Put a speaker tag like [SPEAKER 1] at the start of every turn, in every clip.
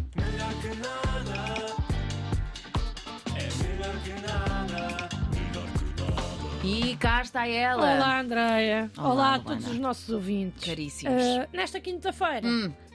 [SPEAKER 1] que nada. É melhor que nada. Melhor que nada.
[SPEAKER 2] E cá está ela.
[SPEAKER 3] Olá, Andreia.
[SPEAKER 2] Olá,
[SPEAKER 3] Olá, a
[SPEAKER 2] Luana.
[SPEAKER 3] todos os nossos ouvintes.
[SPEAKER 2] Caríssimos. Hum.
[SPEAKER 3] Ah, nesta quinta-feira,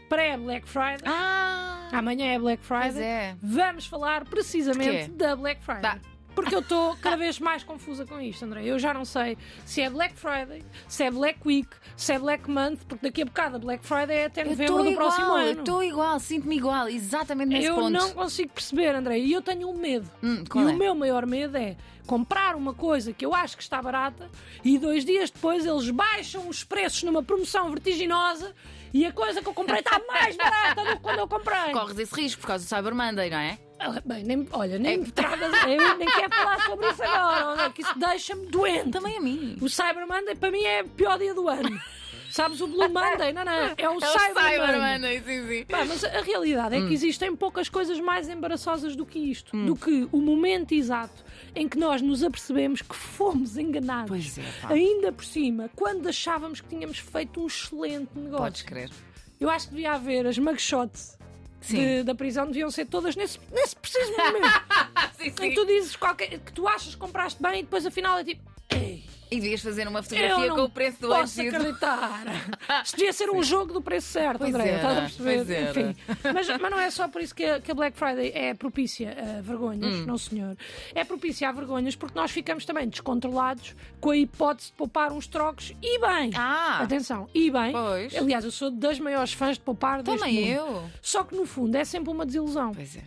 [SPEAKER 3] pré-Black Friday,
[SPEAKER 2] Ah,
[SPEAKER 3] amanhã é Black
[SPEAKER 2] pois
[SPEAKER 3] Friday,
[SPEAKER 2] é.
[SPEAKER 3] vamos falar precisamente
[SPEAKER 2] Quê?
[SPEAKER 3] da Black Friday.
[SPEAKER 2] Tá.
[SPEAKER 3] Porque eu estou cada vez mais confusa com isto, André. Eu já não sei se é Black Friday, se é Black Week, se é Black Month, porque daqui a bocado a Black Friday é até
[SPEAKER 2] Eu
[SPEAKER 3] novembro
[SPEAKER 2] estou
[SPEAKER 3] do próximo
[SPEAKER 2] igual, eu
[SPEAKER 3] ano.
[SPEAKER 2] estou igual, sinto-me igual, exatamente nesse
[SPEAKER 3] Eu
[SPEAKER 2] ponto.
[SPEAKER 3] não consigo perceber, André, e eu tenho um medo.
[SPEAKER 2] Hum,
[SPEAKER 3] E
[SPEAKER 2] qual
[SPEAKER 3] o
[SPEAKER 2] é?
[SPEAKER 3] meu maior medo é comprar uma coisa que eu acho que está barata e dois dias depois eles baixam os preços numa promoção vertiginosa e a coisa que eu comprei está mais barata do que quando eu comprei.
[SPEAKER 2] Corres esse risco por causa do Cyber Monday, não é?
[SPEAKER 3] Ah, Bem, nem, olha, nem me tragas, eu nem quero falar sobre isso agora, André, que isso deixa-me doente.
[SPEAKER 2] Também a mim.
[SPEAKER 3] O Cyber Monday para mim é o pior dia do ano. Sabes, o Blue Monday, não, não, é o,
[SPEAKER 2] É o Cyber Monday, sim, sim.
[SPEAKER 3] Pá, mas a realidade é
[SPEAKER 2] Hum.
[SPEAKER 3] que existem poucas coisas mais embaraçosas do que isto, do que o momento exato em que nós nos apercebemos que fomos enganados.
[SPEAKER 2] Pois é, pá.
[SPEAKER 3] Ainda por cima, quando achávamos que tínhamos feito um excelente negócio.
[SPEAKER 2] Podes crer.
[SPEAKER 3] Eu acho que devia haver as mugshots
[SPEAKER 2] Sim.
[SPEAKER 3] de- da prisão, deviam ser todas nesse, nesse preciso momento
[SPEAKER 2] Ah, sim,
[SPEAKER 3] em que tu dizes qualquer, que tu achas que compraste bem e depois afinal é tipo. Ei,
[SPEAKER 2] E devias fazer uma fotografia
[SPEAKER 3] eu não
[SPEAKER 2] com o preço do
[SPEAKER 3] posso
[SPEAKER 2] antigo.
[SPEAKER 3] acreditar. Isto devia ser um jogo do preço certo,
[SPEAKER 2] Pois
[SPEAKER 3] André.
[SPEAKER 2] era,
[SPEAKER 3] Estás a perceber?
[SPEAKER 2] pois era.
[SPEAKER 3] Enfim. Mas, mas não é só por isso que a, que a Black Friday é propícia a vergonhas,
[SPEAKER 2] Hum.
[SPEAKER 3] não senhor. É propícia a vergonhas porque nós ficamos também descontrolados com a hipótese de poupar uns trocos e bem.
[SPEAKER 2] Ah.
[SPEAKER 3] Atenção, e bem.
[SPEAKER 2] Pois.
[SPEAKER 3] Aliás, eu sou das maiores fãs de poupar deste
[SPEAKER 2] Também
[SPEAKER 3] mundo.
[SPEAKER 2] eu.
[SPEAKER 3] Só que no fundo é sempre uma desilusão.
[SPEAKER 2] Pois é.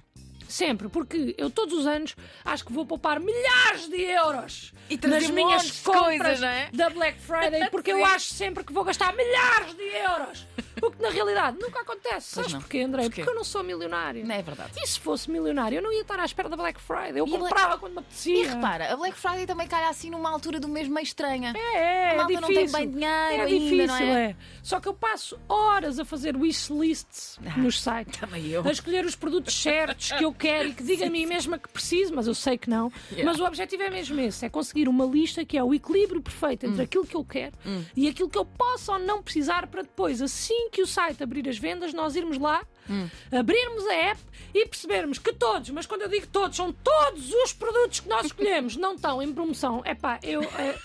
[SPEAKER 3] Sempre, porque eu todos os anos acho que vou poupar milhares de euros
[SPEAKER 2] E trazer
[SPEAKER 3] nas minhas
[SPEAKER 2] montes de
[SPEAKER 3] compras
[SPEAKER 2] coisas, não é?
[SPEAKER 3] da Black Friday, porque eu
[SPEAKER 2] Sim.
[SPEAKER 3] acho sempre que vou gastar milhares de euros. O que na realidade nunca acontece.
[SPEAKER 2] Pois
[SPEAKER 3] Sabes
[SPEAKER 2] não.
[SPEAKER 3] porquê, André?
[SPEAKER 2] Porquê?
[SPEAKER 3] Porque eu não sou milionário.
[SPEAKER 2] Não é verdade.
[SPEAKER 3] E se fosse milionário, eu não ia estar à espera da Black Friday. Eu
[SPEAKER 2] E a Black-
[SPEAKER 3] comprava quando me apetecia.
[SPEAKER 2] E repara, a Black Friday também calha assim numa altura do mês meio estranha.
[SPEAKER 3] É, é,
[SPEAKER 2] A malta
[SPEAKER 3] é
[SPEAKER 2] não tem
[SPEAKER 3] difícil.
[SPEAKER 2] bem dinheiro
[SPEAKER 3] é
[SPEAKER 2] ainda,
[SPEAKER 3] difícil,
[SPEAKER 2] não é?
[SPEAKER 3] Só que eu passo horas a fazer wishlists
[SPEAKER 2] Ah.
[SPEAKER 3] nos sites.
[SPEAKER 2] também eu.
[SPEAKER 3] A escolher os produtos certos que eu quero e que diga a mim mesma que preciso, mas eu sei que não.
[SPEAKER 2] Yeah.
[SPEAKER 3] Mas o objetivo é mesmo esse: é conseguir uma lista que é o equilíbrio perfeito
[SPEAKER 2] Hum.
[SPEAKER 3] entre aquilo que eu quero e aquilo que eu posso ou não precisar para depois, assim que o site abrir as vendas, nós irmos lá.
[SPEAKER 2] Hum.
[SPEAKER 3] Abrirmos a app e percebermos que todos, mas quando eu digo todos, são todos os produtos que nós escolhemos, não estão em promoção. Epá, eu, eh,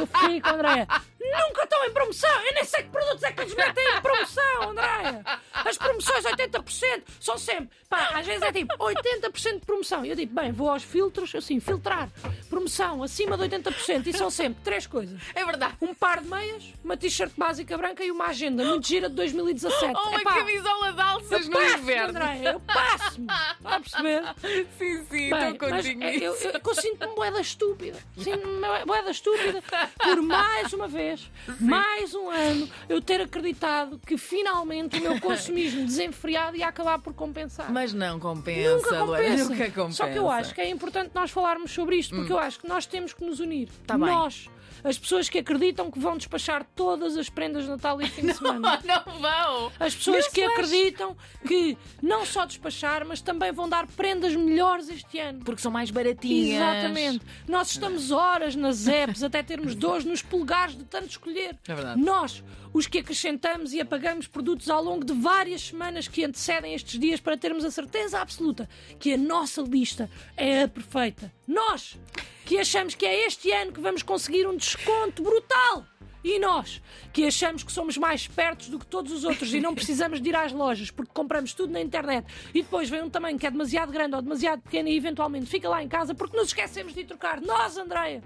[SPEAKER 3] eu fico, Andréia. Nunca estão em promoção! Eu nem sei que produtos é que eles metem em promoção, Andréia! As promoções 80% são sempre. Pá, às vezes é tipo 80% de promoção. E eu digo, bem, vou aos filtros, assim, filtrar. Promoção acima de 80%. E são sempre três coisas:
[SPEAKER 2] É verdade.
[SPEAKER 3] um par de meias, uma t-shirt básica branca e uma agenda muito gira de 2017.
[SPEAKER 2] Ou Oh, uma
[SPEAKER 3] Epá,
[SPEAKER 2] camisola de alças
[SPEAKER 3] eu
[SPEAKER 2] no
[SPEAKER 3] passo,
[SPEAKER 2] inverno.
[SPEAKER 3] É Andréia, eu passo-me! Está a perceber?
[SPEAKER 2] Sim, sim,
[SPEAKER 3] Bem,
[SPEAKER 2] estou contigo
[SPEAKER 3] mas,
[SPEAKER 2] nisso.
[SPEAKER 3] é, eu, eu, eu sinto-me boeda estúpida. Sinto-me boeda estúpida por mais uma vez, mais um ano, eu ter acreditado que finalmente o meu consumismo desenfreado ia acabar por compensar.
[SPEAKER 2] Mas não compensa,
[SPEAKER 3] Nunca
[SPEAKER 2] Luana,
[SPEAKER 3] compensa.
[SPEAKER 2] Nunca compensa. Hum.
[SPEAKER 3] Só que eu acho que é importante nós falarmos sobre isto, porque eu acho que nós temos que nos unir.
[SPEAKER 2] Tá bem.
[SPEAKER 3] nós, as pessoas que acreditam que vão despachar todas as prendas de Natal e de fim de semana.
[SPEAKER 2] Não vão.
[SPEAKER 3] As pessoas
[SPEAKER 2] Não
[SPEAKER 3] que
[SPEAKER 2] sei.
[SPEAKER 3] acreditam que não só despachar, mas também vão dar prendas melhores este ano.
[SPEAKER 2] Porque são mais baratinhas.
[SPEAKER 3] Exatamente. Nós estamos horas nas apps até termos dores nos polegares de tanto escolher.
[SPEAKER 2] É verdade.
[SPEAKER 3] Nós, os que acrescentamos e apagamos produtos ao longo de várias semanas que antecedem estes dias para termos a certeza absoluta que a nossa lista é a perfeita. Nós, que achamos que é este ano que vamos conseguir um desconto brutal. E nós, que achamos que somos mais espertos do que todos os outros e não precisamos de ir às lojas porque compramos tudo na internet e depois vem um tamanho que é demasiado grande ou demasiado pequeno e eventualmente fica lá em casa porque nos esquecemos de ir trocar. Nós, Andreia!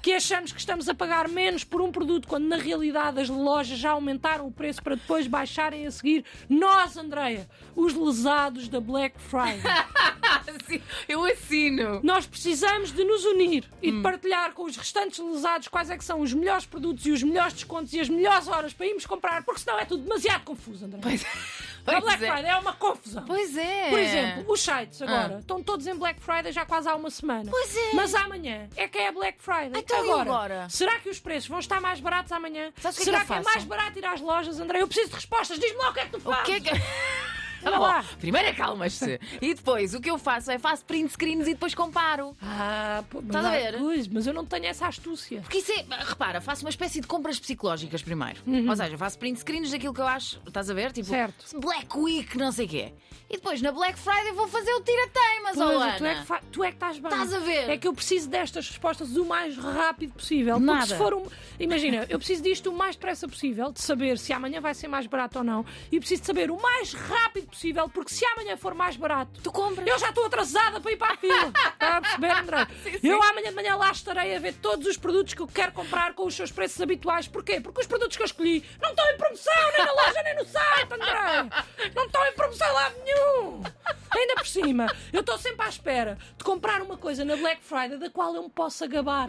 [SPEAKER 3] que achamos que estamos a pagar menos por um produto quando na realidade as lojas já aumentaram o preço para depois baixarem a seguir. Nós, Andreia, os lesados da Black Friday.
[SPEAKER 2] Assim, eu assino.
[SPEAKER 3] Nós precisamos de nos unir e de partilhar com os restantes lesados quais é que são os melhores produtos e os melhores descontos e as melhores horas para irmos comprar, porque senão é tudo demasiado confuso, André.
[SPEAKER 2] Pois,
[SPEAKER 3] a
[SPEAKER 2] pois
[SPEAKER 3] Black
[SPEAKER 2] é.
[SPEAKER 3] Friday é uma confusão.
[SPEAKER 2] Pois é.
[SPEAKER 3] Por exemplo, os sites agora
[SPEAKER 2] Ah.
[SPEAKER 3] estão todos em Black Friday já quase há uma semana.
[SPEAKER 2] Pois é.
[SPEAKER 3] Mas amanhã é que é a Black Friday.
[SPEAKER 2] Então e
[SPEAKER 3] agora,
[SPEAKER 2] agora?
[SPEAKER 3] será que os preços vão estar mais baratos amanhã?
[SPEAKER 2] Sabes o que é que
[SPEAKER 3] será
[SPEAKER 2] eu
[SPEAKER 3] que, é
[SPEAKER 2] faço?
[SPEAKER 3] mais barato ir às lojas, André? Eu preciso de respostas. Diz-me lá o que é que tu fazes.
[SPEAKER 2] O que é que.
[SPEAKER 3] Olha lá.
[SPEAKER 2] Oh, primeiro acalmas-te. E depois, o que eu faço é faço print screens e depois comparo.
[SPEAKER 3] Ah, pô, mas,
[SPEAKER 2] Estás a
[SPEAKER 3] há
[SPEAKER 2] ver?
[SPEAKER 3] coisas, mas eu não tenho essa astúcia.
[SPEAKER 2] Porque isso é. Repara, faço uma espécie de compras psicológicas primeiro. Ou seja, faço print screens daquilo que eu acho. Estás a ver? Tipo,
[SPEAKER 3] Uhum. Certo.
[SPEAKER 2] Black Week, não sei o quê. E depois, na Black Friday, vou fazer o tira-teimas, ó
[SPEAKER 3] Pois,
[SPEAKER 2] Ana.
[SPEAKER 3] tu, é que fa- tu é que estás bem.
[SPEAKER 2] Estás a ver?
[SPEAKER 3] É que eu preciso destas respostas o mais rápido possível.
[SPEAKER 2] Nada.
[SPEAKER 3] Porque se for um... Imagina, eu preciso disto o mais depressa possível, de saber se amanhã vai ser mais barato ou não. E preciso de saber o mais rápido possível, porque se amanhã for mais barato.
[SPEAKER 2] Tu compras.
[SPEAKER 3] Eu já estou atrasada para ir para a fila. Está a perceber, André? Eu amanhã de manhã lá estarei a ver todos os produtos que eu quero comprar com os seus preços habituais. Porquê? Porque os produtos que eu escolhi não estão em promoção, nem na loja, nem no site, André. Não estão em promoção lá nenhum. Ainda por cima, eu estou sempre à espera de comprar uma coisa na Black Friday da qual eu me possa gabar.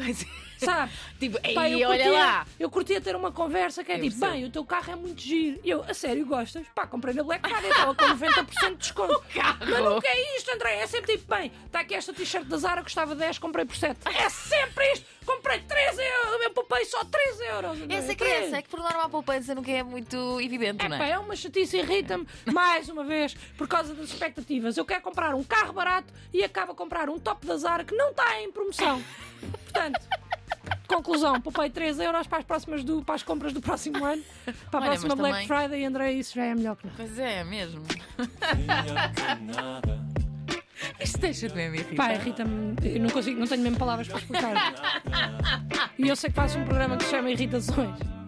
[SPEAKER 3] Sabe?
[SPEAKER 2] Tipo,
[SPEAKER 3] Pá,
[SPEAKER 2] "Ei,
[SPEAKER 3] eu
[SPEAKER 2] olha
[SPEAKER 3] curtia-
[SPEAKER 2] lá."
[SPEAKER 3] Eu curtia ter uma conversa que é
[SPEAKER 2] Eu
[SPEAKER 3] tipo,
[SPEAKER 2] percebo.
[SPEAKER 3] bem, o teu carro é muito giro. E eu, a sério, gostas? Pá, comprei na Black Friday, estava com 90% de desconto.
[SPEAKER 2] carro.
[SPEAKER 3] Mas nunca é isto, André. É sempre tipo, bem, está aqui esta t-shirt da Zara, custava 10, comprei por 7. É sempre isto. Comprei 3 euros, eu poupei só 3 euros. André.
[SPEAKER 2] Essa é que é
[SPEAKER 3] Três.
[SPEAKER 2] essa, é que por norma a poupança nunca é muito evidente, não
[SPEAKER 3] Pá,
[SPEAKER 2] é?
[SPEAKER 3] é uma chatice, irrita-me mais uma vez por causa das expectativas. Eu quero comprar um carro barato e acabo a comprar um top da Zara que não está em promoção. Portanto, conclusão: poupei 3 euros para as, próximas do- para as compras do próximo ano, para a
[SPEAKER 2] Olha,
[SPEAKER 3] próxima
[SPEAKER 2] mas
[SPEAKER 3] Black
[SPEAKER 2] também-
[SPEAKER 3] Friday, André. Isso já é melhor que não.
[SPEAKER 2] Pois é, mesmo.
[SPEAKER 1] Minha canada,
[SPEAKER 2] Isto deixa-te mesmo
[SPEAKER 3] Pá,
[SPEAKER 2] irritar.
[SPEAKER 3] irrita-me. Eu não consigo, não tenho mesmo palavras para explicar. E eu sei que faço um programa que se chama Irritações.